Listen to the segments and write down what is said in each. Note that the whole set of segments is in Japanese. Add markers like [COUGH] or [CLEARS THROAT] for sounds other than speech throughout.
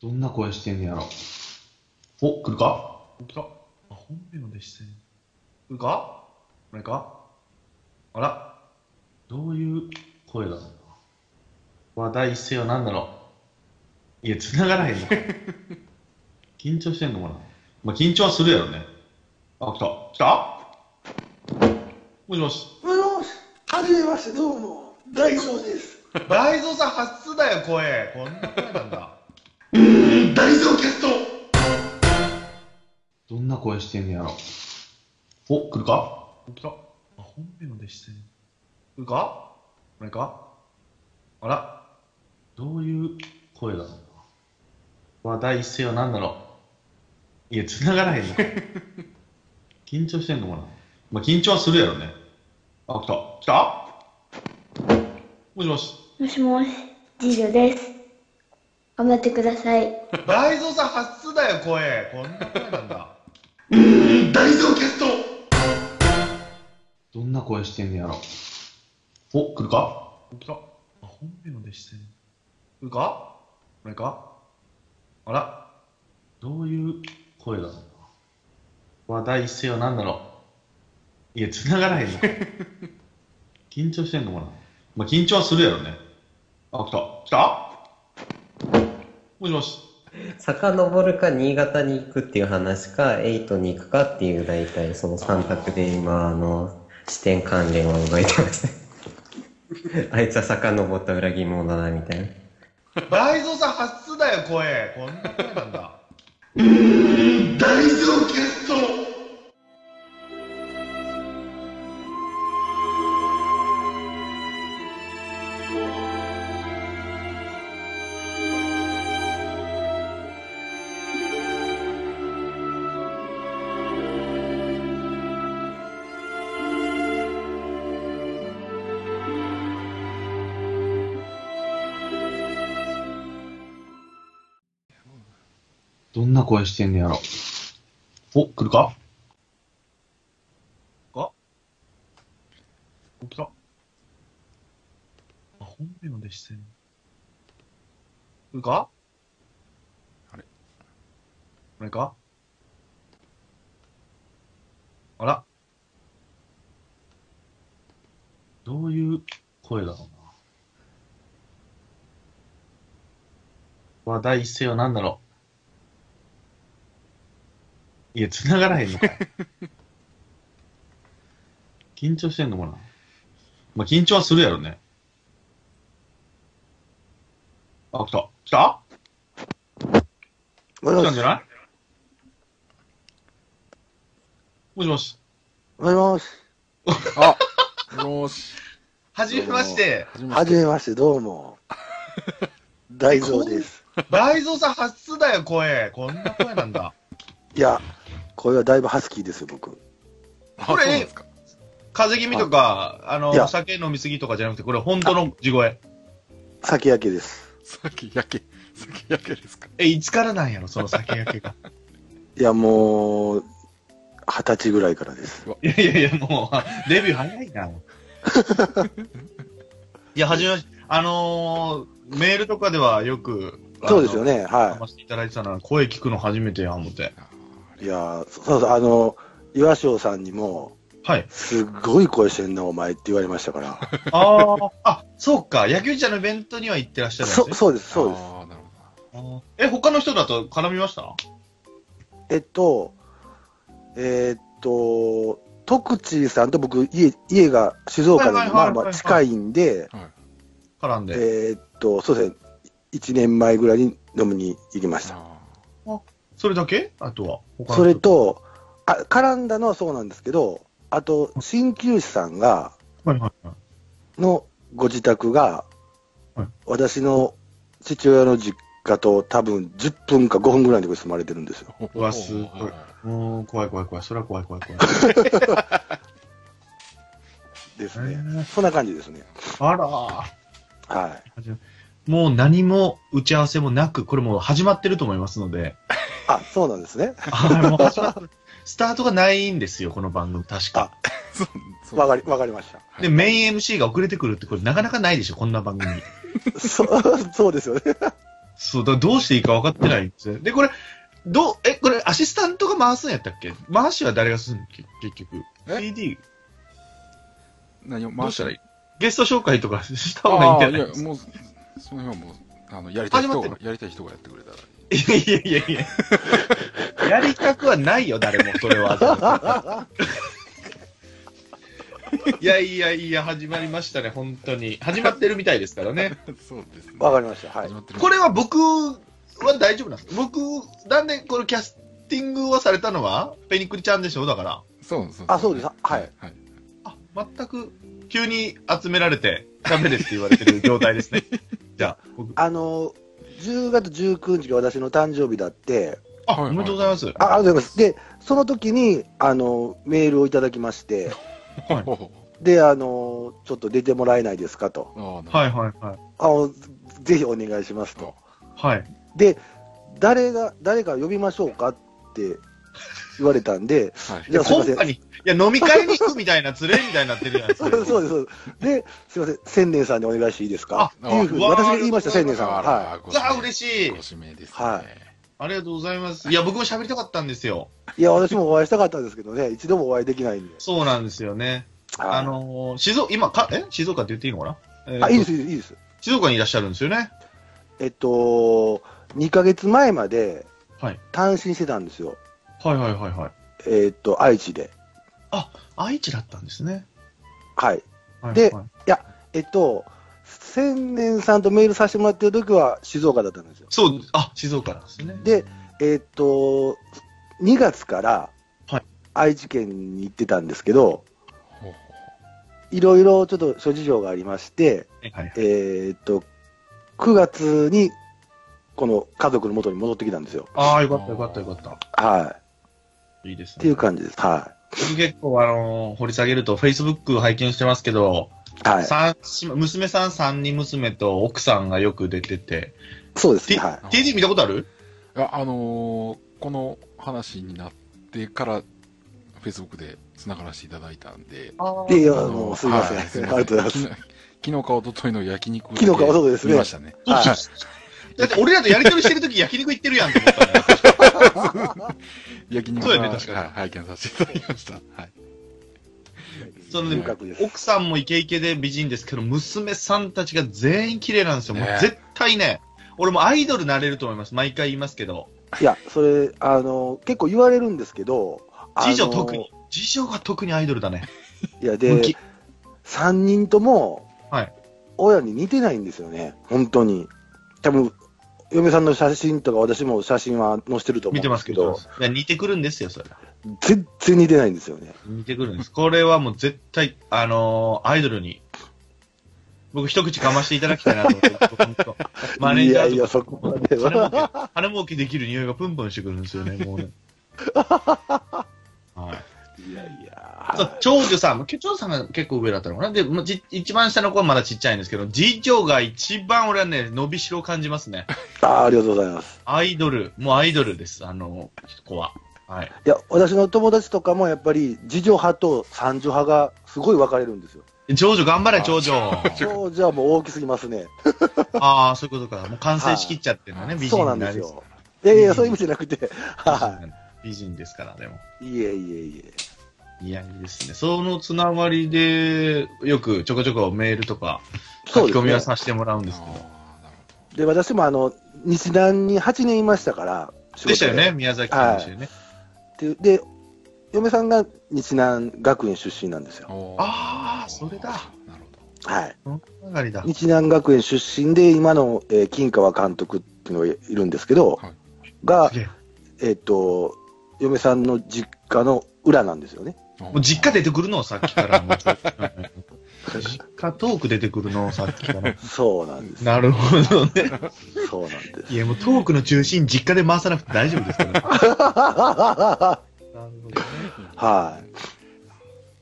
どんな声してんねやろ。お、来るか本当かあ、本名の弟子戦。来るかこれかあら、どういう声だろうな。話題一声は何だろういや、繋がら [LAUGHS] へんのか。緊張してんのかなまあ、緊張はするやろね。あ、来た。来たもしもし。あの、はじめまして、どうも、大蔵です。 [LAUGHS] 大蔵さん初だよ、声。こんな声なんだ。大蔵キャストどんな声してんねやろ。お、来るか来た。あ、本名の弟子戦。来るかこれかあら、どういう声だろうな。話題一声は何だろういや、繋がらへんのか。 [LAUGHS] 緊張してんのかなまあ、緊張はするやろね。あ、来た。来たもしもし。もしもし、次女です。頑張ってください。 [LAUGHS] 大蔵さん初だよ、声。こんな声なんだ。大蔵キャストどんな声してんねやろ。お、来るか来た。あ、本名の弟子戦。来るかこれかあら、どういう声だろうな。話題一声は何だろういや、繋がら [LAUGHS] へんのか。緊張してんのかなまあ、緊張はするやろね。あ、来た。来たもしも [LAUGHS] し。遡るか新潟に行くっていう話か、エイトに行くかっていう大体その3択で今、あの、視点関連を動いてます。 [LAUGHS] あいつは遡った裏切り者だな、みたいな。大蔵さん初だよ、声。こんな声なんだ。大蔵キャストどんな声してんねやろ。お、来るかあ来た。あ、本名の弟子戦。来るかあれこれかあら。どういう声だろうな。話題一声は何だろういや、繋がらへんのか。緊張してんのかなまあ、緊張はするやろね。あ、来た。来た来もしもたんしじゃないもしもし。もしもし、あ、もし。はじめまして。はじめまはじして。めまして、どうも、大蔵です。大蔵さん初だよ、声。こんな声なんだ。いや、声はだいぶハスキーですよ、僕。あこれそうなんですか風邪気味とか、あいの、や酒飲みすぎとかじゃなくて、これ本当の地声。先焼けです。先焼け、先焼けですかえ、いつからなんやろ、その酒焼けが。いや、もう、二十歳ぐらいからです。いやいやいや、もう、デビュー [LAUGHS] 早いな。いや、はじめまして、あのー、メールとかではよく、そうですよね。ね、かはましていただいてたのは、声聞くの初めてや、思って。い。いや、そそうそう、あの、岩塩さんにも、 [LAUGHS] はい。すっごい声してんな、お前って言われましたから。ああ、あ、そうか。野球ちゃんのイベントには行ってらっしゃるんですそね。そうです、そうです。ああ、なるほあーえ、他の人だと絡みましたえっと、えーっと、徳地さんと僕、家家が静岡はないんはいはで、いまはいあまあ近いんで、絡んで。えーっと、そうですね、1年前ぐらいに飲みに行きましど。た。あそれだけあとは。他の人それ、とあ、絡んだのはそうなんですけど、あと、鍼灸師さんが、はいはいはい。のご自宅がはい、私の父親の実家と多分10分か5分ぐらいのところに住まれてるんですよ。ーうわすごいはうーん、怖い怖い怖い。それは怖い怖い怖い。ですへね。ーそんな感じですね。あらー。はい。もう何も打ち合わせもなく、これもう始まってると思いますので。あ、そうなんですね。あもう始まっスタートがないんですよ、この番組、確か。そうそうわかり、わかりました。で、メイン MC が遅れてくるって、これなかなかないでしょ、こんな番組。そそうですよね。そう、だからどうしていいか分かってないんですよ。で、これ、どう、え、これ、アシスタントが回すんやったっけ回しは誰がすんのけ結局。え ?CD、何をどう回ししたたららいいいいゲスト紹介とかした方がいいんあじゃあいないやですかもうその辺はもうあのやりたい人始まがやりたい人がやってくれたらいいいやいやいやい [LAUGHS] や。やりたくはないよ、誰も、それは。いやいやいや、始まりましたね、本当に。始まってるみたいですからね。そうですね。 [LAUGHS] わかりました。はい始。まってるこれは僕は大丈夫なんです僕、なんでこのキャスティングをされたのは、ペニクリちゃんでしょ、だから。そうそうそう。あそうですはい。はい。あ、全く、急に集められて、ダメですって言われてる状態です [LAUGHS] ね。じゃあ、僕、あの、10月19日が私の誕生日だって、あ、はいおめでとうございます。あありがとうございます。で、その時に、あの、メールをいただきまして、はいほうほで、あの、ちょっと出てもらえないですかと。うほうああ、。はいいはいはい。あの、ぜひお願いしますと。はい。で、誰が、誰か呼びましょうかって言われたんで、 [LAUGHS] はい。じゃあすいコませンんパ。に、いや、飲み会に行くみたいな、連れみたいになってるじゃないです [LAUGHS] そか。うそうです、そうです。で、すいません、千年さんにお願いしていいですかっていうふうに、あうわー私が言いました、千年さんは。はいうわあ、嬉しいご。指名ですね。はありがとうございます。いや、僕も喋りたかったんですよ。い。いや、私もお会いしたかったんですけどね、一度もお会いできないんで。そうなんですよね。はいあのー静岡、今、か、え静岡って言っていいのかな、えーあ、いいです、いいです。静岡にいらっしゃるんですよね。えっと、2ヶ月前まではい。単身してたんですよ。はいはいはいはい。えっと、愛知で。愛知だったんですね。はい。はい、ではいえっと、千年さんとメールさせてもらってる時は静岡だったんですよ。そう、あ、静岡なんですね。で、えっと、2月からはい愛知県に行ってたんですけど、ほうほいろいろちょっと諸事情がありまして、はい。えっと、9月にこの家族の元に戻ってきたんですよ。ああ、よかったよかったよかった。はい。いいですっていねう。感じです。は僕結構、あのー掘り下げると、Facebook 拝見してますけど、い。はい。三娘さん3人娘と奥さんがよく出てて、そうですね。 T- はい。 TD 見たことあるういや、あのー、この話になってから、Facebook で繋がらせていただいたんで、で、いや、あのーもうすいません。はありがとうございます。昨日昨日かおとといの焼肉だけ昨日か一昨日ですね見ましたね。はいそうそうそうだって俺らとやりとりしてるとき焼肉行ってるやんと [LAUGHS] 思ったのよ焼肉そうやはね確かにはい拝見させていただきました。はい。そのね遊郭です奥さんもイケイケで美人ですけど、娘さんたちが全員綺麗なんですよ。もうね絶対ね、俺もアイドルなれると思います。毎回言いますけど。いや、それ、あの、結構言われるんですけど、あの次女特に。。次女が特にアイドルだね。いや、向でき、 3人とも、はい親に似てないんですよね、本当に。多分、嫁さんの写真とか、私も写真は載せてると思見うんてでますすけけどど、。いや、似てくるんですよ、それ。全然似てないんですよね。似てくるんです。これはもう絶対、あのーアイドルに、僕一口かましていただきたいなと思ってます本当、マネーいジャやーいとや、かそこまで金儲は。け、金儲けできる匂いがプンプンしてくるんですよね、もうね。 [LAUGHS] はい。いやいそやう、長女さん、長女さんが結構上だったのかな。で、まじ一番下の子はまだちっちゃいんですけど、次女が一番俺はね、伸びしろを感じますね。あーありがとうございます。アイドル、もうアイドルです、あの子は。はい。いや、私の友達とかもやっぱり、次女派と三女派がすごい分かれるんですよ。長女頑張れ、長女。長女はもう大きすぎますね。ああ、そういうことか。もう完成しきっちゃってるのね、美人そうにななんりですよう。いやいや、そういう意味じゃなくて、はなんです美人ですから、でも。い。いえいえいえ。いや、いいですね。そのつながりで、よくちょこちょこメールとか、そ書うきです込みねは。させてもらうんですけど。あーなるほで、私もあの、日南に8年いましたから、仕事でしたよね、。宮崎県でしたよね。で、で嫁さんが日南学園出身なんですよ。どおーあーそれだなるほど。はい。このつながりだ。日南学園出身で、今の、えー金川監督っていうのがいるんですけど、はいがす、げええっ、と、嫁さんの実家の裏なんですよね。もう実家出てくるのさっきから。もう実家トーク出てくるのさっきから。そうなんです。なるほどね。そうなん [LAUGHS] です。いや、もうトークの中心、実家で回さなくて大丈夫ですから。なる [LAUGHS] はほどね。い。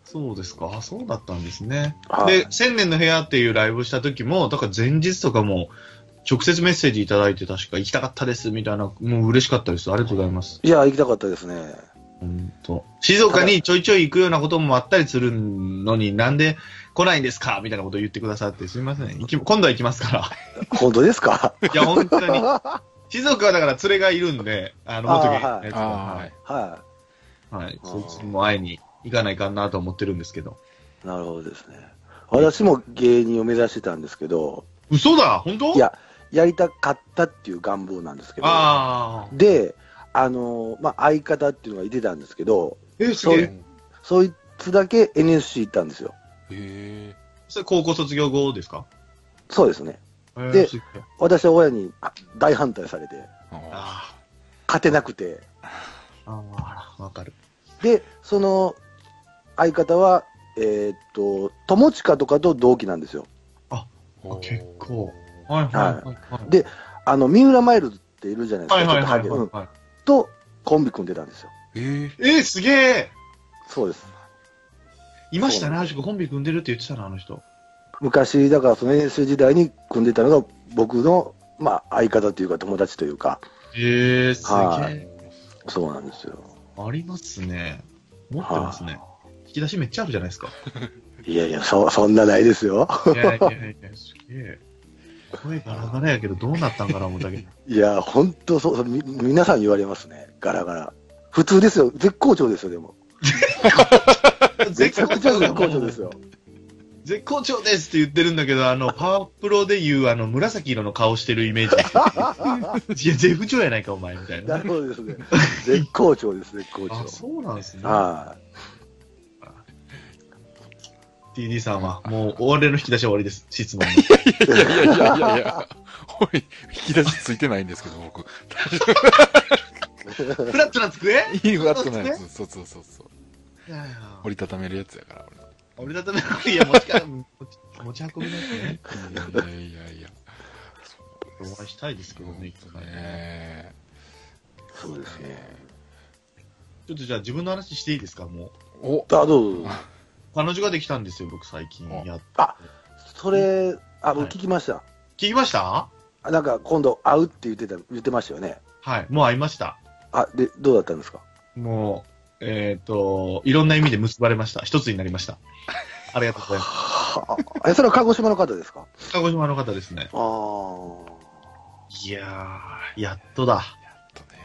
そうですか。あそうだったんですね。はいで、千年の部屋っていうライブした時も、だから前日とかも、直接メッセージいただいて、確か行きたかったですみたいな、もう嬉しかったです。ありがとうございます。いや、行きたかったですね。ほんと静岡にちょいちょい行くようなこともあったりするのに、なんで、来ないんですかみたいなことを言ってくださって、すみません。行き今度は行きますか本当ですから。いや、本当に。静岡はだから連れがいるんで、あの、元あゲーのやつがあーはい。ははい。そいつにも会いに行かないかなと思ってるんですけど。い。なるほどですね。私も芸人を目指してたんですけど、嘘だ本当いや、やりたかったっていう願望なんですけど、ああ。で、あのまあ、相方っていうのがいてたんですけど、え、すそうげいえ。うそいつだけ NSC 行ったんですよ。へそれ高校卒業後ですかそうですね。えーですげえ私は親にあ大反対されて、ーああ勝てなくて、ーあー、わかる。で、その相方は、えーっと、友近とかと同期なんですよ。ー結構はいはいはいはい。であの、三浦マイルズっているじゃないですはいか。はいはいちょっとハゲうんはい。とコンビ組んでたんですよ。えーえー、すげえそうです。いましたね、あるコンビ組んでるって言ってたな、あの人。昔、だからその NSC 時代に組んでたのが僕の、まあ、相方というか友達というか、ええー、すはげえ。そうなんですよ。ありますね。持ってますね。引き出しめっちゃあるじゃないですか。いやいや、そそんなないですよ。いやいやいやいや、すげえ。声ガラガラやけど、どうなったんかな思ったけど。 [LAUGHS] いや、本当そうそうみ、皆さん言われますね。ガラガラ。普通ですよ。絶好調ですよ、でも。絶好調絶好調ですよ。絶好調ですって言ってるんだけど、あ [LAUGHS] の、パワープロで言う、あの、紫色の顔してるイメージ [LAUGHS] です。いや、絶不調やないか、お前、みたいななる。ほどですね。絶好調です、絶好調。あ、そうなんですね。は TD さんは、もう、俺の引き出しは終わりです。質問の。いやいやいやいやいや、ほい、引き出しついてないんですけど、僕。フラットな机いいわけないやつ。そうそうそうそう。いやいや折りたためるやつやから、俺だったら、いや、持ちか、持ち持ち運びます [LAUGHS] ね。俺。 [LAUGHS] いやいやいや。お会いしたいですけどね、一回ね。ねい。そうですね。ちょっとじゃあ自分の話していいですか、もう。おあ、どうぞ。彼女ができたんですよ、僕最近やっ。それ、あ、僕はい聞きました。聞きましたあなんか、今度会うって言ってた、言ってましたよね。はい、もう会いました。あ、で、どうだったんで [LAUGHS] すかもう、えっ、と、いろんな意味で結ばれました。一つになりました。ありがとうございます。はあ、え、それは鹿児島の方ですか鹿児島の方ですね。[LAUGHS] ああ。いやー、やっとだ。やっとね。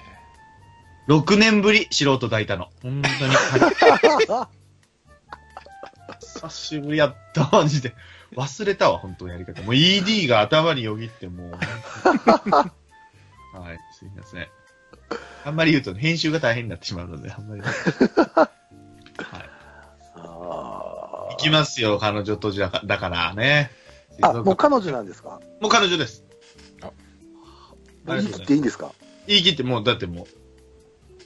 6年ぶり、素人抱いたの。本当に。はい久しぶりやった、マジで。忘れたわ、本当のやり方。もう ED が頭によぎって、もう。 [LAUGHS] はい、すいません。あんまり言うと、編集が大変になってしまうので、あんまり。はいあ行きますよ、彼女とじゃだからね。あ。あ、もうも彼女なんですかう彼女です。ありがとうございま言すい切っていいんですか言い切って、もうだっても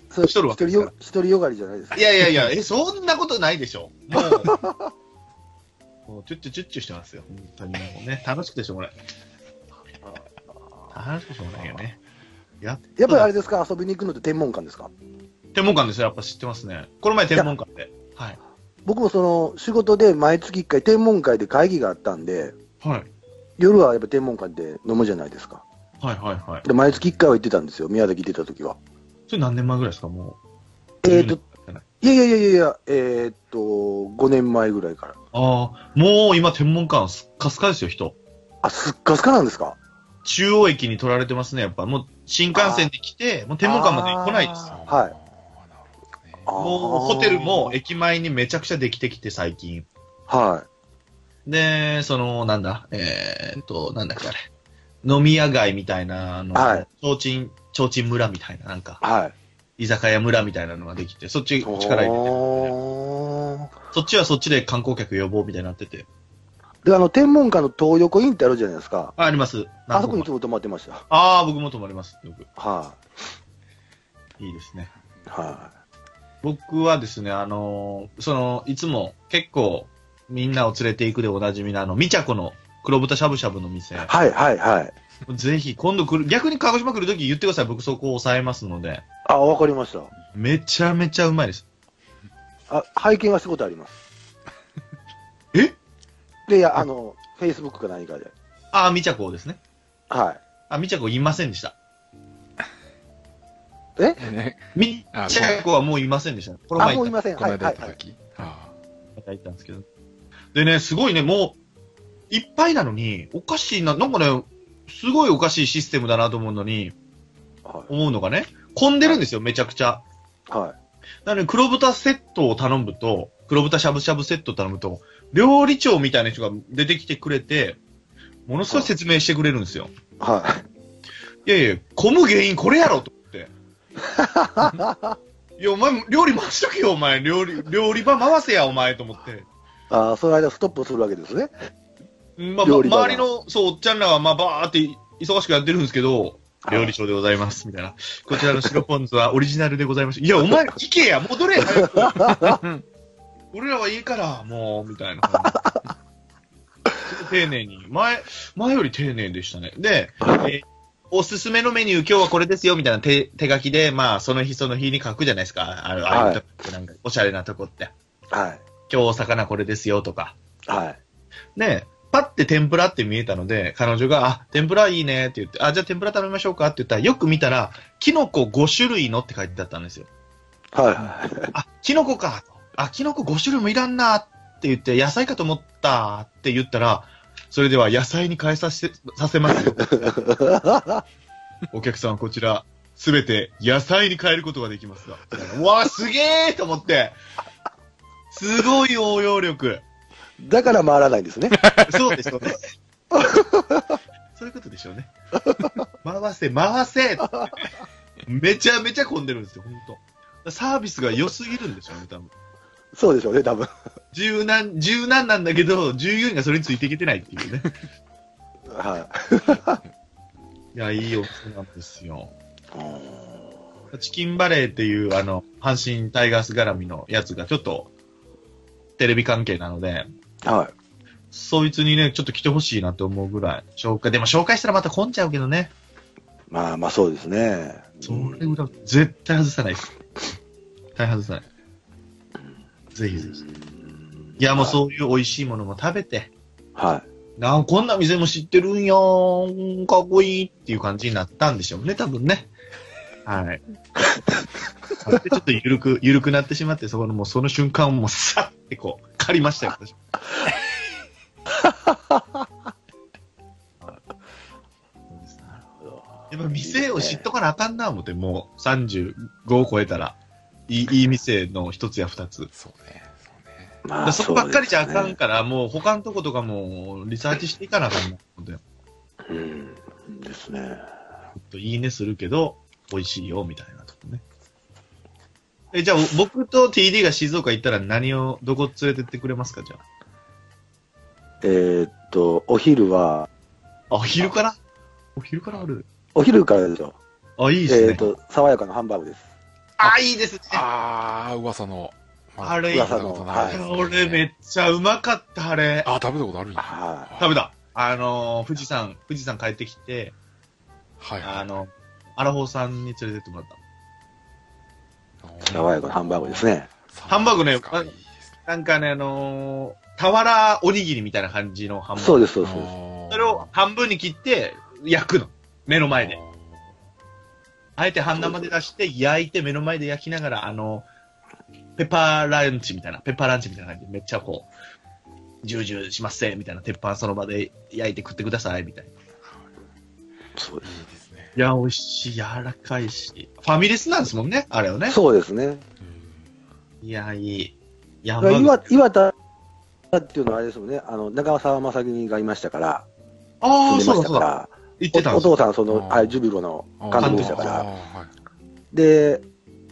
それ一人は一人よ一人よがりじゃないですかう。いやいやい [LAUGHS] や、え、そんなことないでしょ。もう、 [LAUGHS] もうチュッチュチュッチュしてますよ。本当にもうね、楽しくてしょうがない。楽しくてしょうがないよね。やっやっぱりあれでですか、遊びに行くのって天文館ですか天文館ですよ、やっぱ知ってますね。この前天文館で。はい。僕もその仕事で毎月1回天文会で会議があったんで、はい。夜はやっぱ天文館で飲むじゃないですか。はいはいはい。で毎月1回は行ってたんですよ、宮崎出た時は。それ何年前ぐらいですか、もう。えっ、と、 10年。いやいやいやいやいや、えっ、と、5年前ぐらいから。ああ、もう今天文館すっかすかですよ、人。あ、すっかすかなんですか中央駅に取られてますね、やっぱ。もう新幹線で来て、もう天文館まで来ないですよ。はいあーなるほどねあーもうホテルも駅前にめちゃくちゃできてきて、最近。はで、その、なんだ、えー、っと、なんだっけあれ。飲み屋街みたいな、あの、はい提灯、提灯村みたいな、なんかい、、はい。居酒屋村みたいなのができて、そっち力入れて、おーそっちはそっちで観光客呼ぼうみたいになってて。で、あの、天文館の東横インってあるじゃないですか。あ、あります。あそこに何いつ個もも泊まってました。はい、ああ、僕も泊まります。よく。いいですね。はい、僕はですね、あのーその、いつも結構みんなを連れて行くでおなじみのあの、みちゃこの黒豚しゃぶしゃぶの店。はい、はい、はい。ぜひ今度来る、逆に鹿児島来るとき言ってください。僕そこ押さえますので。あ、わかりました。めちゃめちゃうまいです。あ、拝見はしたことあります。 [LAUGHS] えで、いや、あの、フェイスブックか何かで。あー、みちゃこですね。はい。あ、みちゃこいませんでした。えねみあちゃこはもういませんでした。このあ、前もうい行っません。このはい、間は行っい、たはい。時。あた行ったんですけど。でね、すごいね、もう、いっぱいなのに、おかしいな、なんかね、すごいおかしいシステムだなと思うのに、は思うのがね、混んでるんですよ、めちゃくちゃ。い。はなので、黒豚セットを頼むと、黒豚しゃぶしゃぶセットを頼むと、料理長みたいな人が出てきてくれて、ものすごい説明してくれるんですよ。い。はいやいや、混む原因これやろと思って。いや、お前、料理回しとけよ、お前。料理、料理場回せや、お前、と思って。い。ああ、その間ストップするわけですね。まあ、ま料理場が周りの、そう、おっちゃんらは、まあ、ばーって忙しくやってるんですけど、はい料理長でございます、みたいな。こちらの白ポン酢は [LAUGHS] オリジナルでございました。いや、お [LAUGHS] 前、行けや、戻れ、早く。俺らはいいから、もう、みたいな [LAUGHS] 感じ。すごい丁寧に。前、前より丁寧でしたね。で、えーおすすめのメニュー、今日はこれですよ、みたいな手手書きで、まあ、その日その日に書くじゃないですか。あの、ああいうとこってなんか、おしゃれなとこって。はい。今日お魚これですよ、とか。はい。ね、パッて天ぷらって見えたので、彼女が、あ、天ぷらいいねって言って、あ、じゃあ天ぷら食べましょうかって言ったら、よく見たら、キノコ5種類のって書いてあったんですよ。はい。はい。あ、キノコか。あ、キノコ5種類もいらんなって言って、野菜かと思ったって言ったら、それでは野菜に変えさせ、させますよ。お客さん、こちら、すべて野菜に変えることができますが。うわ、すげーと思って、すごい応用力。だから回らないんで [LAUGHS] すね。そうでしょうね。そういうことでしょうね。回せ、回せってめちゃめちゃ混んでるんですよ、本当。サービスが良すぎるんでしょうね、多分。そうでしょうね、多分。柔軟、柔軟なんだけど、従業員がそれについていけてないっていうね。はいや、いいお店なんですよ。い。チキンバレーっていう、あの、阪神タイガース絡みのやつがちょっと、テレビ関係なので、はそいつにね、ちょっと来てほしいなと思うぐらい。紹介、でも紹介したらまた混んじゃうけどね。い。まあまあそうですね。それぐらい、絶対外さないです。絶対外さない。ぜひぜひ。いや、もうそういう美味しいものも食べて、はなあ、こんな店も知ってるんやん、かっこいいっていう感じになったんでしょうね、多分ね。はい。でちょっと緩く、緩くなってしまって、そこのもうその瞬間をもうさってこう、借りましたよ、私。そうですねやっぱ店を知っとかなあかんな思って、もう35を超えたら、いいいい店の一つや二つ。そうね。そい。うね。だまからあそこばっかりじゃあかそうんでから、もう他のとことかもリサーチしていかなあかんなので、すね。うん。ですね。いいねするけど、美味しいよ、みたいなとこね。え、じゃあ、お僕と TD が静岡行ったら何を、どこ連れてってくれますか、じゃえーっと、お昼は、あ。あ、お昼からお昼からある。お昼からでしょ。あ、いいでえすーっね。と、爽やかなハンバーグです。あ、いいですね。ああ、噂の。あれ食べたことないですね。俺めっちゃうまかった、あれ。あ、食べたことあるんや。は食べた。あのー、富士山、富士山帰ってきて、はい。あの、アラホーさんに連れてってもらった。い。爽やかなハンバーグですね。ハハンバーグねいいですね。なんかね、あのー、俵おにぎりみたいな感じのハンバーグ。そうです、そうです。それを半分に切って焼くの。目の前で。あえて半生で出して焼いて目の前で焼きながら、あの、ペッパーランチみたいな、ペッパーランチみたいな感じでめっちゃこう、ジュージューしますせみたいな、鉄板その場で焼いて食ってくださいみたいな。いそうでいいですね。や、美味しい、柔らかいし。ファミレスなんですもんね、あれをねす。そうですね。いや、いい。いや、まあ岩岩田っていうのはあれですもんね、あの中澤まさきがいましたから、ああ、住んでまそうだしたそうかだ。ら、言ってたんおおですよ父さん、そあのーはいジュビロの監督でしたかああーら、はいで、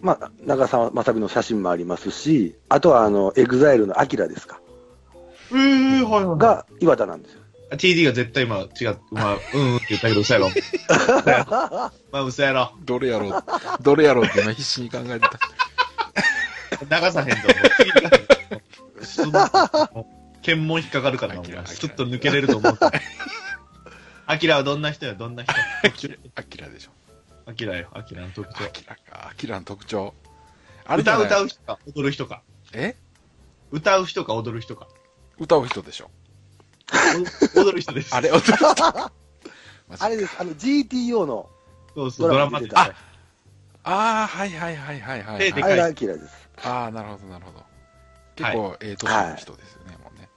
まあ、中澤まさきの写真もありますし、あとはあのエグザイルのアキラですか、ええはいはいはい。が岩田なんですよ。 TD が絶対今、違う、まあ、うんうんって言ったけど、嘘 [LAUGHS] やろ。まあ、嘘やろ。どれやろう、どれやろうって今必死に考えて [LAUGHS] た。流さへんと思う。検問引っかかるからな、アキ俺ラアキラちょっと抜けれると [LAUGHS] 思う。アキラはどんな人や、どんな人。アキラでしょ。アキラよ、アキラの特徴ア。キラか。アキラの特徴。あれじゃ歌なう歌いう人か、踊る人か。え歌う人か、踊る人か。歌う人でしょ。お踊る人です。あれ、[LAUGHS] 踊る人。マジあれです、あの GTO のそうそう、ドラマでドラマあああ、はいはいはいはいはい、手であかれいがアキラです。ああ、なるほどなるほど。結構、ええ年の人ですよね、もうね。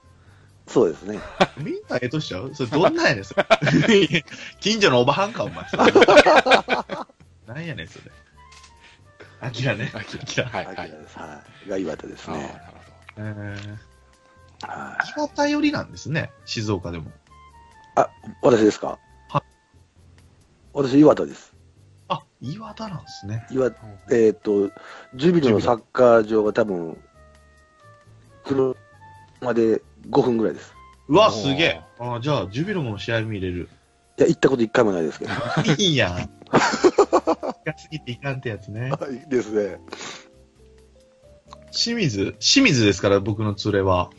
そうですね。みんなええとしちゃうそれどんなんやねん、それ。近所のおばはんか、お [LAUGHS] 前。なんやねん、それ。あきらね。あきらきら。はいあはきい。らです。はい。が岩手ですああ、ね。なるほど。えー、はい。岩田寄りなんですね、静岡でも。私ですかは私、岩田です。あ、岩田なんですね。岩、えーっと、ジュビロのサッカー場が多分、車で5分ぐらいです。うわ、すげえ。あじゃあ、ジュビロも試合見れ [LAUGHS] る。いや、行ったこと一回もないですけど。いいや [LAUGHS] ん。近すぎていかんってやつね。はい、ですね。清水、清水ですから、僕の連れは。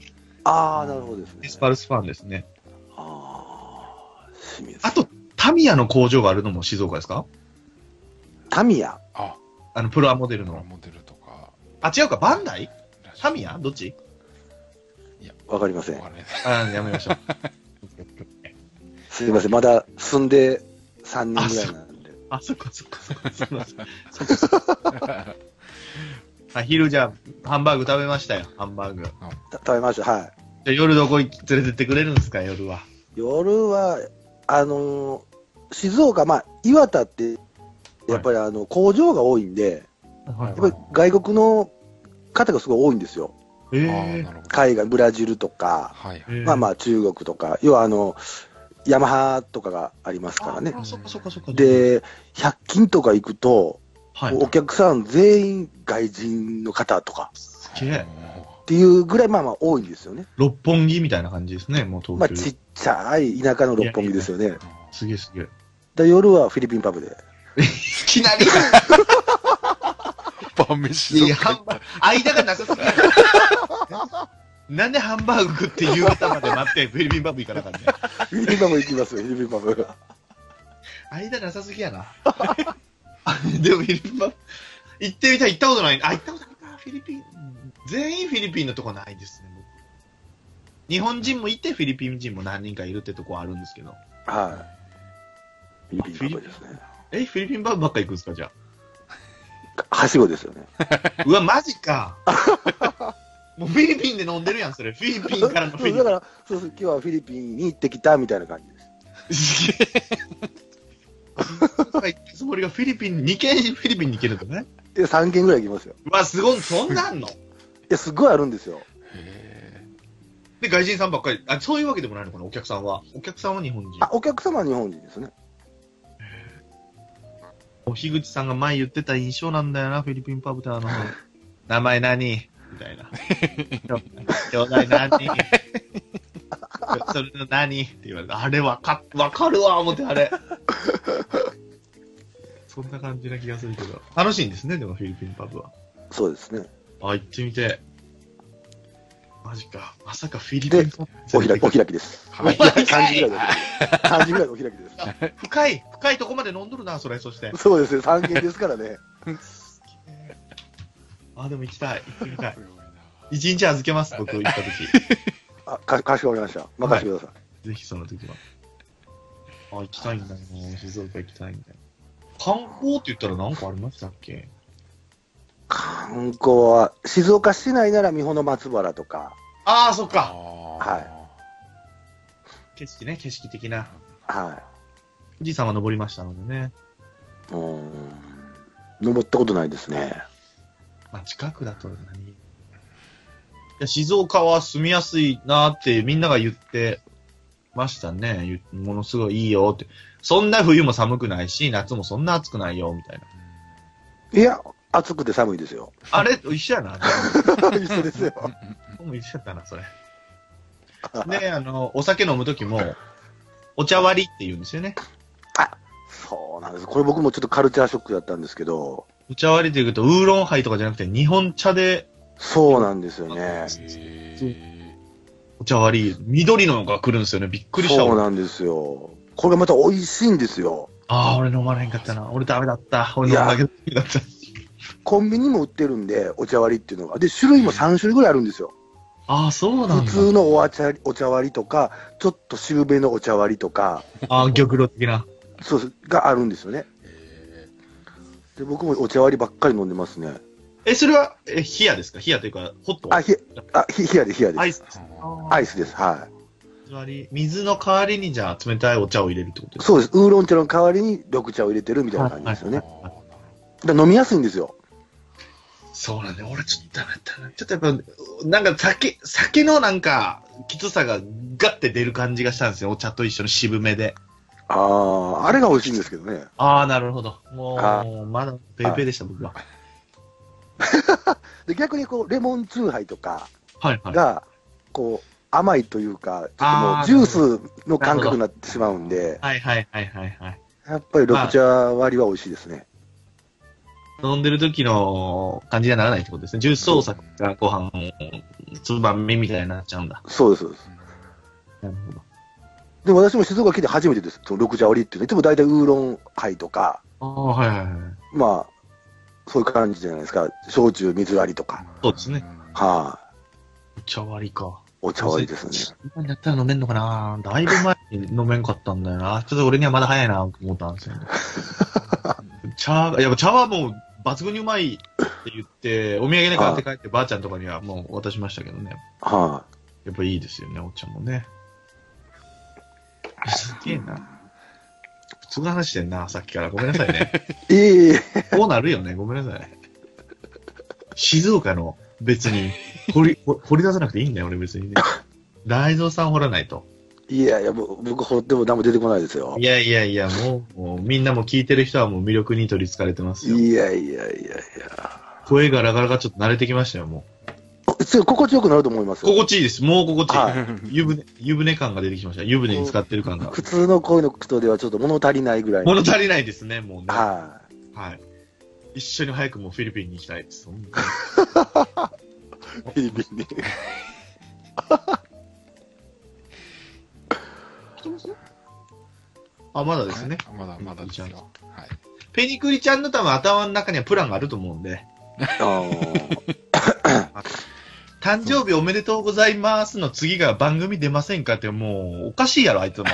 ああ、なるほどですエねス。パルスファンですね。ああ、清水。あと、タミヤの工場があるのも静岡ですかタミヤ。あ、あの、プラモデルプラの。モデルとか。あ、違うか、バンダイタミヤどっちわかりませわん。かんないあやめましょう。すみません。まだ進んで3年ぐらいなんで。 [LAUGHS] あ、そっかそっかそっか。すいません [LAUGHS] そっかそっかあ昼じゃあ、ハンバーグ食べましたよ、ハンバーグ。じゃた食べました。はい。あ夜どこ行き連れてってくれるんですか、夜は。夜は、あのー静岡、まあ、岩田って、やっぱりあの工場が多いんで、はいやっぱり外国の方がすごい多いんですよ。えああ、ーなるほど。海外、ブラジルとか、はいえはい。ーまあまあ中国とか、要はあの、ヤマハとかがありますからねあ。あそっかそっかそっか。、で、100均とか行くと、はい、お客さん全員外人の方とかすげえ。っていうぐらい、まあまあ多いんですよね。六本木みたいな感じですね、もう東京。まあちっちゃい田舎の六本木ですよね。すげえすげえ。いで夜はフィリピンパブで。きなり晩飯とか。ハンバーグ、間がなさすぎる。なんでハンバーグ食って夕方まで待ってフィリピンパブ行かなかったんだよフィリピンパブ行きますよ、フィリピンパブ。間なさすぎやな。 [LAUGHS] でもフィリピンパブ、行ってみたい、行ったことない。あ、行ったことないか、フィリピン。全員フィリピンのとこないですね、僕日本人もいて、フィリピン人も何人かいるってとこあるんですけど。はい。フィリピンパブですね。え、フィリピンパブばっか行くんですか、じゃはしごですよね。あ。うわ、マジか。もうフィリピンで飲んでるやん、それ。フィリピンからのフィそリうピ [LAUGHS] ンだか。ら、そうそう、今日はフィリピンに行ってきたみたいな感じですす。げえ。行ったつもりがフィリピン、2軒フィリピンに行けるとね。で、3軒ぐらい行きますよ。うわ、すごい、そんなんのいや、すごいあるんですよ。へで、外人さんばっかり。あ、そういうわけでもないのかな、お客さんは。お客さんは日本人あ、。お客様は日本人ですね。お樋口さんが前言ってた印象なんだよな、フィリピンパブター [LAUGHS] の。名前何みたいな。兄弟何それの何って言われた。あれわか、わかるわ、思って、あれ。そんな感じな気がするけど。楽しいんですね、でもフィリピンパブは。そうですね。あ、行ってみて。マジか。まさかフィリピンパおブ開き、お開きです。は3い時ぐらいの3時ぐらいのお開きです。深い、深いとこまで飲んどるな、それ、そして。そうですね、3軒ですからね。あ、でも行きたい。行ってみたえい。。一日預けます、僕行った時。あ、か、かしこまりました。任せてください。ぜひその時は。あ、行きたいんだよな。静岡行きたいんだよ。観光って言ったら何かありましたっけ観光は、静岡市内なら三保の松原とか、ああ、そっあか。は景色ね、景色的な。は富士山は登りましたのでね。い。うーん。登ったことないですね。まあ、近くだと何いや静岡は住みやすいなーってみんなが言ってましたね。ゆものすごいいいよって。そんな冬も寒くないし、夏もそんな暑くないよ、みたいな。いや、暑くて寒いです [LAUGHS] よ。あれ、一緒やな。一緒ですよ。僕も一緒やったな、 [LAUGHS] それ。で、あの、お酒飲むときも、お茶割りって言うんですよね。そうなんです。これ僕もちょっとカルチャーショックだったんですけど、お茶割りって言うと、ウーロンハイとかじゃなくて、日本茶でそうなんですよね。へお茶割り、緑のが来るんですよね。びっくりした。そう俺なんですよ。これがまた美味しいんですよ。ああ、俺飲まれへんかったな。俺ダメだった。俺飲んだけど、ダメだった。コンビニも売ってるんで、お茶割りっていうのが。で、種類も3種類ぐらいあるんですよ。ああ、そうなん普だ。通のお茶お茶割りとか、ちょっと渋めのお茶割りとか、ああ、玉露的な。そうそうがあるんですよね。えで、僕もお茶割りばっかり飲んでますね。え、それは、え、冷やですか冷やというか、ホットあ、ひ、あ、ひ、冷やで、冷やでアす。イス。ーアイスです。は代わり、水の代わりにじゃあ冷たいお茶を入れるってことですそうです。ウーロン茶の代わりに緑茶を入れてるみたいな感じですよね。あーなるほどだから飲みやすいんですよ。そうなんだよ。俺ちょっとダメだったな。ちょっとやっぱ、なんか酒、酒のなんか、きつさがガッて出る感じがしたんですよ。お茶と一緒の渋めで。ああ、あれが美味しいんですけどね。ああ、なるほど。もあう、まだペーペーでした、僕は。で、逆にこう、レモンチューハイとかはいはい。が、こう、甘いというか、ちょっともあうージュースの感覚になってしまうんで、はいはいはいはいはい。やっぱり緑茶割りは美味しいですね。飲んでる時の感じにはならないってことですね。ジュース操作がご飯、つばめみたいになっちゃうんだ。そうです、そうです。なるほど。でも私も静岡来て初めてです。その緑茶割りっていうの。いつも大体ウーロンハイとか、ああ、はいはいはい。まあ、そういう感じじゃないですか。焼酎水割りとか。そうですね。はい、お茶割りか。お茶割りですね。今になったら飲めんのかなだいぶ前に飲めんかったんだよな。ちょっと俺にはまだ早いなと思ったんです [LAUGHS] よね。茶、やっぱ茶はもう抜群にうまいって言って、お土産で買って帰ってばあちゃんとかにはもう渡しましたけどね。はやっぱいいですよね、お茶もね。すげえな。普通の話してんな、さっきから。ごめんなさいね。 [LAUGHS] い、ええこうなるよね、ごめんなさい。静岡の別に掘り、掘掘り出さなくていいんだよ、俺別に [LAUGHS] ね。大蔵さん掘らないと。いやいや、僕僕掘っても何も出てこないですよい。やいやいや、もう、もうみんなも聞いてる人はもう魅力に取りつかれてますよ。いやいやいやいや。声がラガラガちょっと慣れてきましたよ、もあすごい心地よくなると思いますう。よ。心地いいです、もう心地いい。は湯船、湯船感が出てきました。湯船に使ってる感が。普通の声の人ではちょっと物足りないぐらいの。物足りないですね、もうね。は。はい一緒に早くもうフィリピンに行きたいです。本当にい。フィリピンに。あ、まだですね。まだまだですよ。はい。ペニクリちゃんの多分頭の中にはプランがあると思うんで。あー誕生日おめでとうございますの次が番組出ませんかってもうおかしいやろ、あいつも。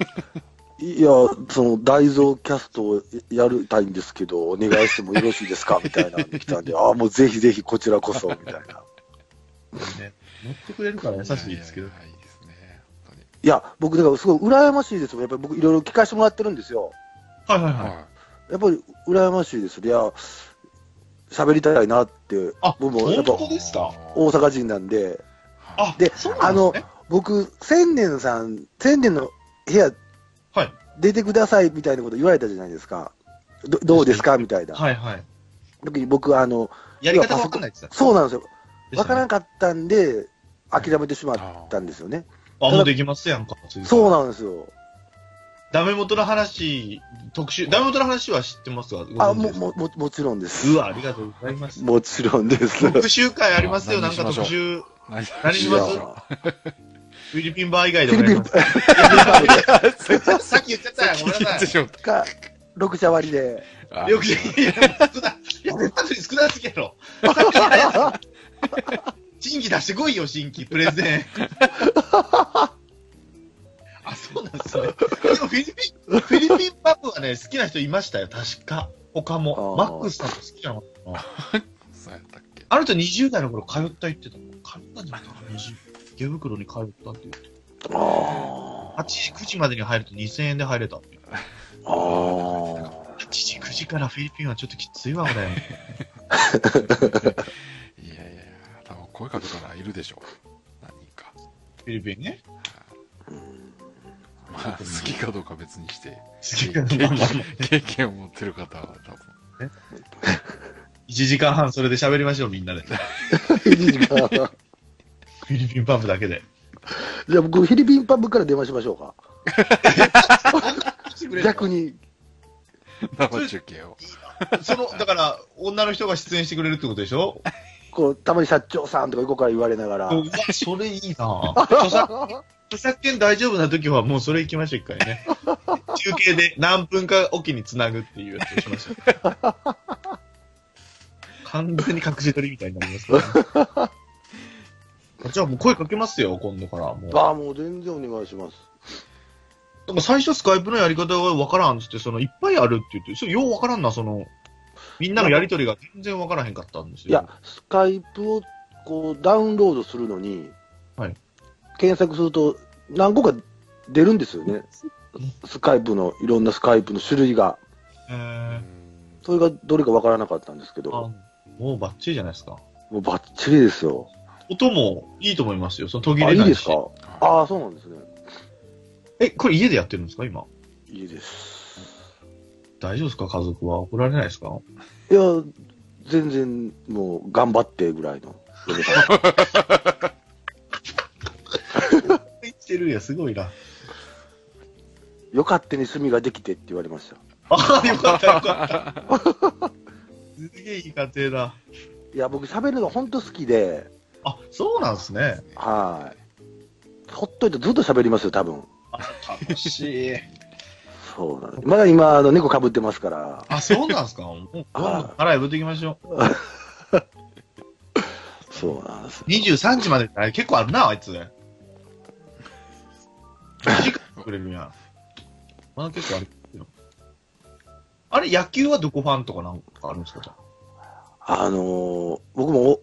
[LAUGHS] いや、その、大蔵キャストをやりたいんですけど、お願いしてもよろしいですかみたいなの来 [LAUGHS] たんで、ああ、もうぜひぜひこちらこそ、みたいな。ね乗ってくれるから優しいですけどい。やいやいやいいですね。本当に。いや、僕、だからすごい羨ましいですよ。やっぱり僕、いろいろ聞かせてもらってるんですよ。はいはいはい。はやっぱり羨ましいです。いや、喋りたいなって、あ、僕もやっぱ本当ですか大阪人なんで、あ、でそうなあんですのね。、僕、千年さん、千年の部屋、はい出てくださいみたいなこと言われたじゃないですか。どどうですかみたいな。はいはい。時に僕、あの、やり方がわかんないですよ。そうなんですよ。でしたわねからんかったんで、諦めてしまったんですよね。あ、もうできますやんか。そうななんですよ。ダメ元の話、特集、ダメ元の話は知ってますわ。あ、ご存知も、ですも、も、もちろんです。うわ、ありがとうございます。もちろんです。特集会ありますよ、あなんか何にし特まし集。何何しますいやフィリピンバー以外フでィもリやピりンます。さっき言っちゃったやん、ごめんなさい。ょか、6社割りで。よく、いや、少な、いや、絶対少なすぎやろ。新規出してこいよ、新規、プレゼン。あ、そうなんですね。でもフィリピン、フィリピンパブはね、好きな人いましたよ、確か。他も。あマーックスさんも好きじゃなかったな。そうやったっけあの人20代の頃通った言ってた。通ったんじゃないかな、20。池袋に通ったって言って。あ8時、9時までに入ると2000円で入れたって言って。あ。ああ。 8時、9時からフィリピンはちょっときついわ、俺。いやいや、多分声かけたらいるでしょう。何人か。フィリピンね。 [LAUGHS] まあ、好きかどうか別にして、好きな経の験経験を持ってる方は多分。 1時間半それで喋りましょう、みん [LAUGHS] なで。フいいなィリピンパブだけで。 [LAUGHS] じゃあ僕、フィリピンパブから電話しましょうか。逆に。生中継を。その、 [LAUGHS] だから、女の人が出演してくれるってことでしょこう、たまに社長さんとか横から言われながら。うわそれいい [LAUGHS] なぁ著作著作権大丈夫な時はもうそれ行きましょう、一回ね。中継で何分かおきにつなぐっていうやつをしましょう。 [LAUGHS] 完全に隠し撮りみたいになります [LAUGHS] からねじゃあもう声かけますよ、今度から。もうああ、もう全然お願いします。なんか最初スカイプのやり方がわからんっつって、そのいっぱいあるって言って、それようわからんな、その、みんなのやりとりが全然わからへんかったんですいよや。、スカイプをこうダウンロードするのに、はい検索すると何個か出るんですよね。スカイプの、いろんなスカイプの種類が。えー、それがどれかわからなかったんですけど、あもうバッチリじゃないですか。もうバッチリですよ。音もいいと思いますよ。その途切あ、れいいないですし。かああ、そうなんですね。え、これ家でやってるんですか今。いいです。大丈夫ですか家族は。怒られないですかいや、全然もう頑張ってぐらいの。生きてるや、すごいな。よかったに趣味ができてって言われました。 [LAUGHS] ああ、よかった、よかった。すげえいい家庭だ。いや、僕喋るの本当好きで、あ、そうなんですね。はい。ほっといてずっと喋りますよ、多分。楽しい。そうなんです。まだ今、あの、猫被ってますから、あ、そうなんですかもう、あ腹破っていきましょう。そうなんです。 23時までってあれ結構あるな、あ [LAUGHS] いつ。2時間くれるやん。まだ結構あるよ。あれ、野球はどこファンとかなんかあるんですかじゃあのー僕もお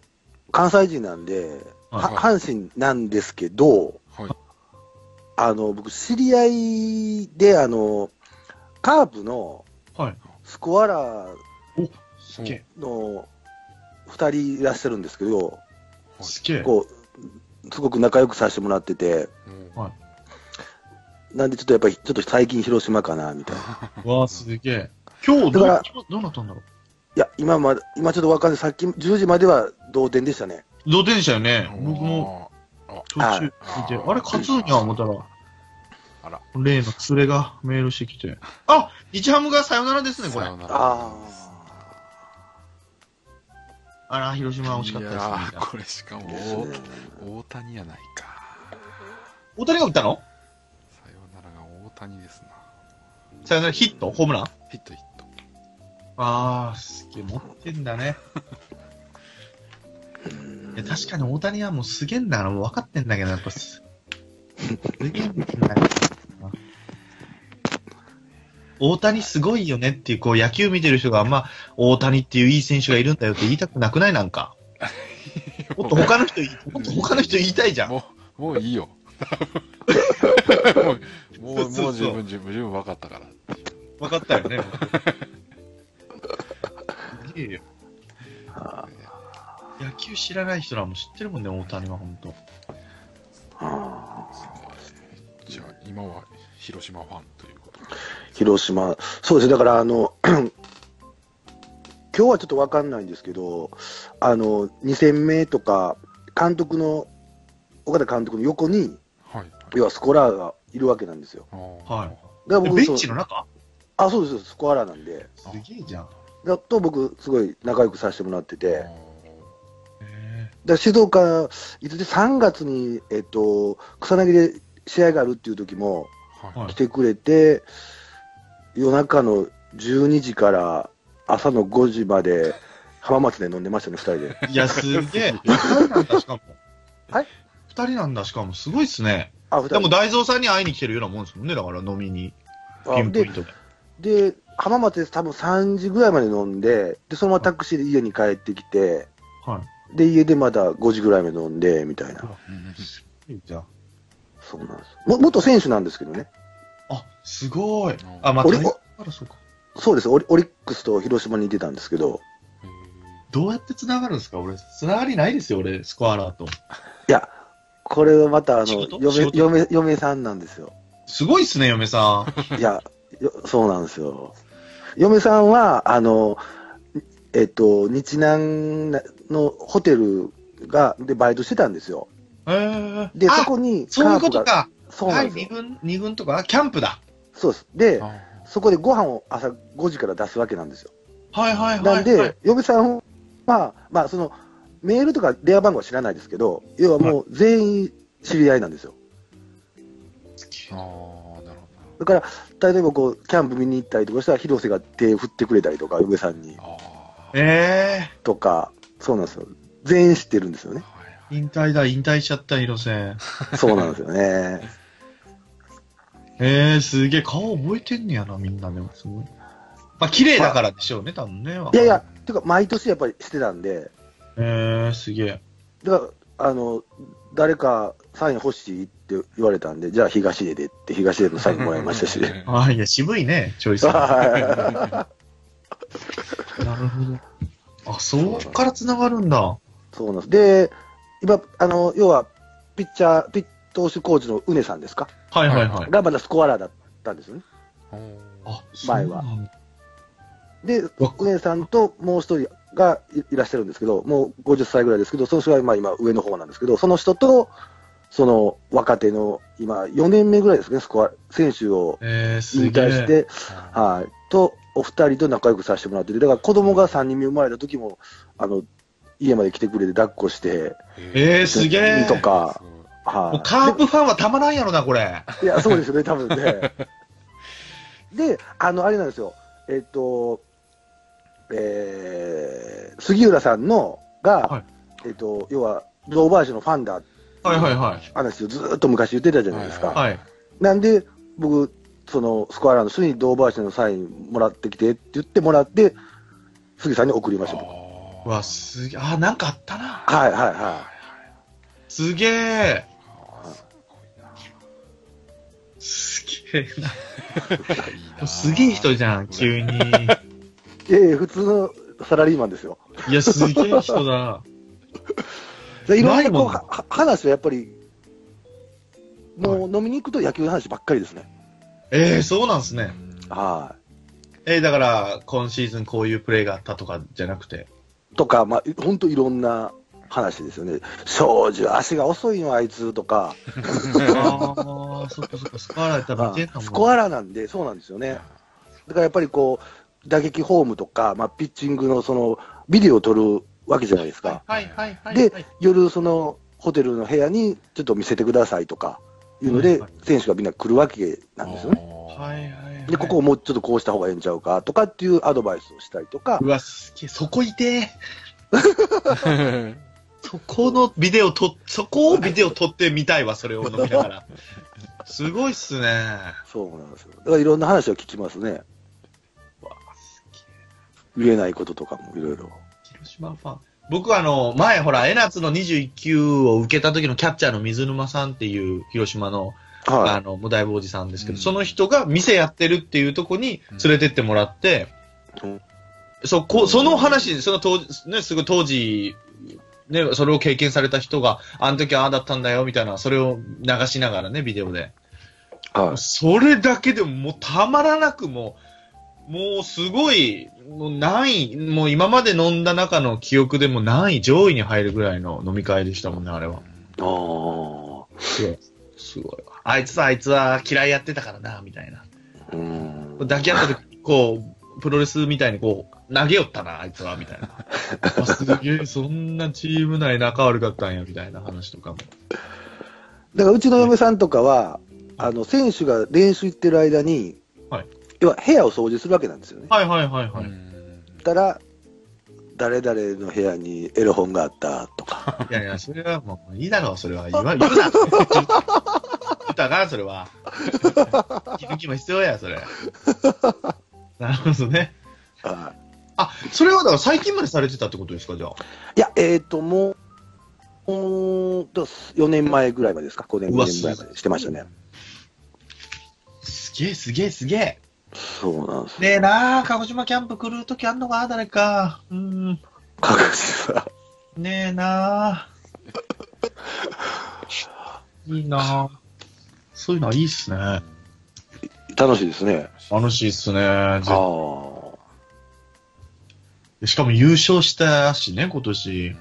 関西人なんで、あは阪神なんですけど、はい。あの、僕、知り合いで、あの、カープのはい。スコアラーすげえ。の2人いらっしゃるんですけど、すげえ。こう、すごく仲良くさせてもらってて、うんなんでちょっとやっぱり、ちょっと最近広島かな、みたいな。 [LAUGHS] うわあ、すげえ。今日どう、だから今どうなったんだろいや、今まで、今ちょっとわかんない。さっき10時までは同点でしたね。う。同点でしたよね。僕も途中見て、ああれ、勝つんや思ったら、あら、例の連れがメールしてきて。あ日ハムがさよならですね、これさ。よならああら、広島は惜しかったですねいやみたいーな。これしかあ。もですね大大谷やないか大谷が打ったのさよならが大谷ですなさよならヒットホームランヒットヒットあー、すげえ、持ってんだね。いや確かに大谷はもうすげえんだな、もう分かってんだけど、やっぱす。すげえんだな大谷すごいよねっていう、こう野球見てる人が、まあ、大谷っていういい選手がいるんだよって言いたくなくないなんか。もっと他の人言い、もっと他の人言いたいじゃん。もうもうい [LAUGHS] いよもうもうそうそうそうもう十分十分十分分かったから分かったよね。すげえよ。野球知らない人らも知ってるもんね、大谷は本当。あじゃあ今は広島ファンということでー広島。そうですね。だから、あの、 [CLEARS THROAT] 今日はちょっとわかんないんですけど、あの、2戦目とか、監督の、岡田監督の横に、はいはい要はスコアラーがいるわけなんですよ。あーはいだかえら僕ベそンうチの中あ、そうです。スコアラーなんで。すげえじゃん。だと僕、すごい仲良くさせてもらってて。へあだから静岡、いつで3月に、えっと、草薙で試合があるっていう時もーははいい来てくれて、夜中の12時から朝の5時まで浜松で飲んでましたね、2人で。えいや、すげえ。二人なんだ、しかも。はい二人なんだ、しかも。すごいっすね。あ、二でも、人大蔵さんに会いに来てるようなもんですもんね。だから、飲みに。ピあンポイントで。で。で、浜松で多分3時ぐらいまで飲んで、で、そのままタクシーで家に帰ってきて、はで、家でまた5時ぐらいまで飲んで、みたいな。うんい。いいじゃん。そうなんです。も元選手なんですけどね。あ、すごい。あ、まあ、俺大もあら、そうか。そうです。オリオリックスと広島にいてたんですけど、どうやって繋がるんですか俺、繋がりないですよ、俺、スコアラーと。いや、これはまた、あ仕の、事仕嫁、事嫁、嫁さんなんですよ。すごいっすね、嫁さ [LAUGHS] ん。いや、よそうなんですよ。嫁さんは、あの、えっと、日南のホテルが、で、バイトしてたんですよ。へえで、そあ、こに、そういうことカープが。か。そうなはんい、です二よ。軍、二軍とか、あキャンプだ。そうです。であ、ーそこでご飯を朝5時から出すわけなんですよ。はいはいはい。なんで、、嫁さんは、まあ、その、メールとか電話番号は知らないですけど、要はもう全員知り合いなんですよ。あーなるほだから、例えばこう、キャンプ見に行ったりとかしたら、広瀬が手振ってくれたりとか、嫁さんにどあーえとか、そうなんですよ。全員知ってるんですよね。はいはいえ引退だ、引退しちゃった、広瀬。そうなんですよね。えー、すげえ、顔覚えてんねやな、みんなでも、すごい。まあ、綺麗だからでしょうね、多分ね。いやいや、てか、毎年やっぱりしてたんで、えー、すげえ。だから、あの、誰かサイン欲しいってって言われたんで、じゃあ東出でって、東出のサインもらいましたし。 [LAUGHS] ああ、いや、渋いね、チョイス。なはるほど。あ、そこから繋がるんだ。いそうなんです。で、今、あの、要は、ピッチャー、ピッ投手コーチのうねさんですかはいはいはい。がまだスコアラーだったんですよね。あ、前はそうなんだ。で、わうねさんともう一人がいいらっしゃるんですけど、もう50歳ぐらいですけど、その人がまあ今上の方なんですけど、その人と、その若手の今4年目ぐらいですね、スコア、選手をえー、す引げ退しえ。て、はい、とお二人と仲良くさせてもらってて、だから子供が3人目生まれた時もあの家まで来てくれて、抱っこして、えー、すげえ。とかもうはカープファンはたまらんやろな、これ。い、いや、そうですよね、多分ね。で、あの、あれなんですよ、えっ、と、えー、杉浦さんのが、はいえっ、と、要は、ドーバージュのファンだってはいはいはい。話をずーっと昔言ってたじゃないですか。ははい。なんで、僕、そのスコアラーの人にドーバーシュのサインもらってきてって言ってもらって、杉さんに送りました、僕うわ、すげえ。あ、なんかあったな。はいはいはすげえ。すげえな。 [LAUGHS] すげえ人じゃん、急に。い。ええ普通のサラリーマンですよ。いや、すげえ人だ。でいろんなないもこんうはは話はやっぱり、もう飲みに行くと野球の話ばっかりですね。ええそうなんですね。はえーだから、今シーズンこういうプレーがあったとかじゃなくて。い。とか、まあ、本当いろんな話ですよね。庄司、足が遅いのあいつとああ、か、そっかそっか、スコアラーやったら見てんかも。スコアララーなんで、そうなんですよね。だからやっぱりこう、打撃フォームとか、まあ、ピッチングのその、ビデオを撮るわけじゃないですか。はいはいはい。で、夜、そのホテルの部屋にちょっと見せてくださいとかいうので、はい選手がみんな来るわけなんですよね。はいはいはい。で、ここをもうちょっとこうした方がええんちゃうかとかっていうアドバイスをしたりとかう、わ、すげえ、そこいてえ。そこのビデオと、そこをビデオ撮ってみたいわ、それを飲みながら。すごいっすね。そうなんですよ。だからいろんな話を聞きますね。わあすげえ言えないこととかもいろいろ。広島ファン。僕はあの、前ほら、江夏の21球を受けた時のキャッチャーの水沼さんっていう広島の、あはの、無大坊主さんですけど、うんその人が店やってるっていうとこに連れてってもらって、うんそこ、その話、その当時、ね、すごい当時、ね、それを経験された人が、あの時ああだったんだよ、みたいな、それを流しながらね、ビデオで。い。はい。それだけでももうたまらなくもう、もうすごい、もう何位、もう今まで飲んだ中の記憶でも何位、上位に入るぐらいの飲み会でしたもんね、あれは。あーすごいわ。あいつはあいつは嫌いやってたからな、みたいな。うん。抱き合った時、こう、プロレスみたいにこう、投げよったな、あいつは、みた [LAUGHS] いな。あすげえ、そんなチーム内仲悪かったんや、みたいな話とかも。だからうちの嫁さんとかは、あの、選手が練習行ってる間にはい、要は部屋を掃除するわけなんですよね。はいはいはいはい。ったら、誰々の部屋にエロ本があったとか。いやいや、それはもういいだろう、それは。言わ言うな。言ったな、それは。気づきも必要や、それ。なるほどね。はあ、それはだから最近までされてたってことですか、じゃあ。い、いや、えっ、と、もう、うーんと、4年前ぐらいまでですか、5年、うわ5年ぐらいまでしてましたね。すげえ、すげえ、すげえ。そうなんです。ねえなあ、鹿児島キャンプ来るときあんのか、誰か。うん。確実だねえな [LAUGHS] あ。いいなあ。そういうのはいいっすね。楽しいですね。楽しいっすね。ああ。しかも優勝したしね、今年。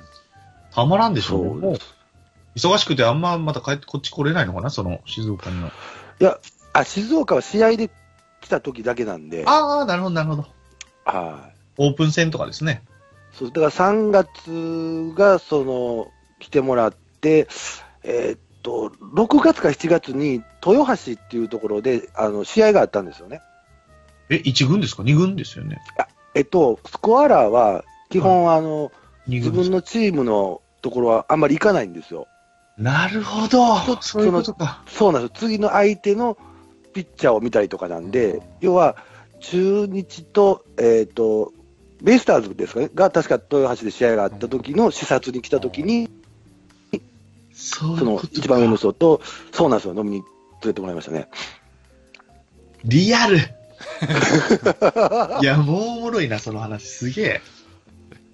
たまらんでしょそうもう忙しくてあんままた帰ってこっち来れないのかな、その静岡には。あ、静岡は試合で来た時だけなんで、ああ、なるほど、なるほど。はオープン戦とかですね。い。そう、だから3月が、その、来てもらって、えっと、6月か7月に豊橋っていうところで、あの、試合があったんですよね。え、1軍ですか ?2 軍ですよね。えっと、スコアラーは、基本、あの、二自軍です分のチームのところはあんまり行かないんですよ。なるほど。そういうことか。そうなんですよ。次の相手のピッチャーを見たりとかなんで、要は、中日と、えっ、と、ベイスターズですかね、が確か豊橋で試合があった時の視察に来た時に、そその一番上の人と、そうなんですよ、飲みに連れてもらいましたね。リアル [LAUGHS] いや、もうおもろいな、その話。すげえ。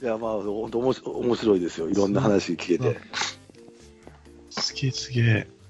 いや、まあ、本当、おもし面白いですよ、いろんな話聞けて。すげえすげえ。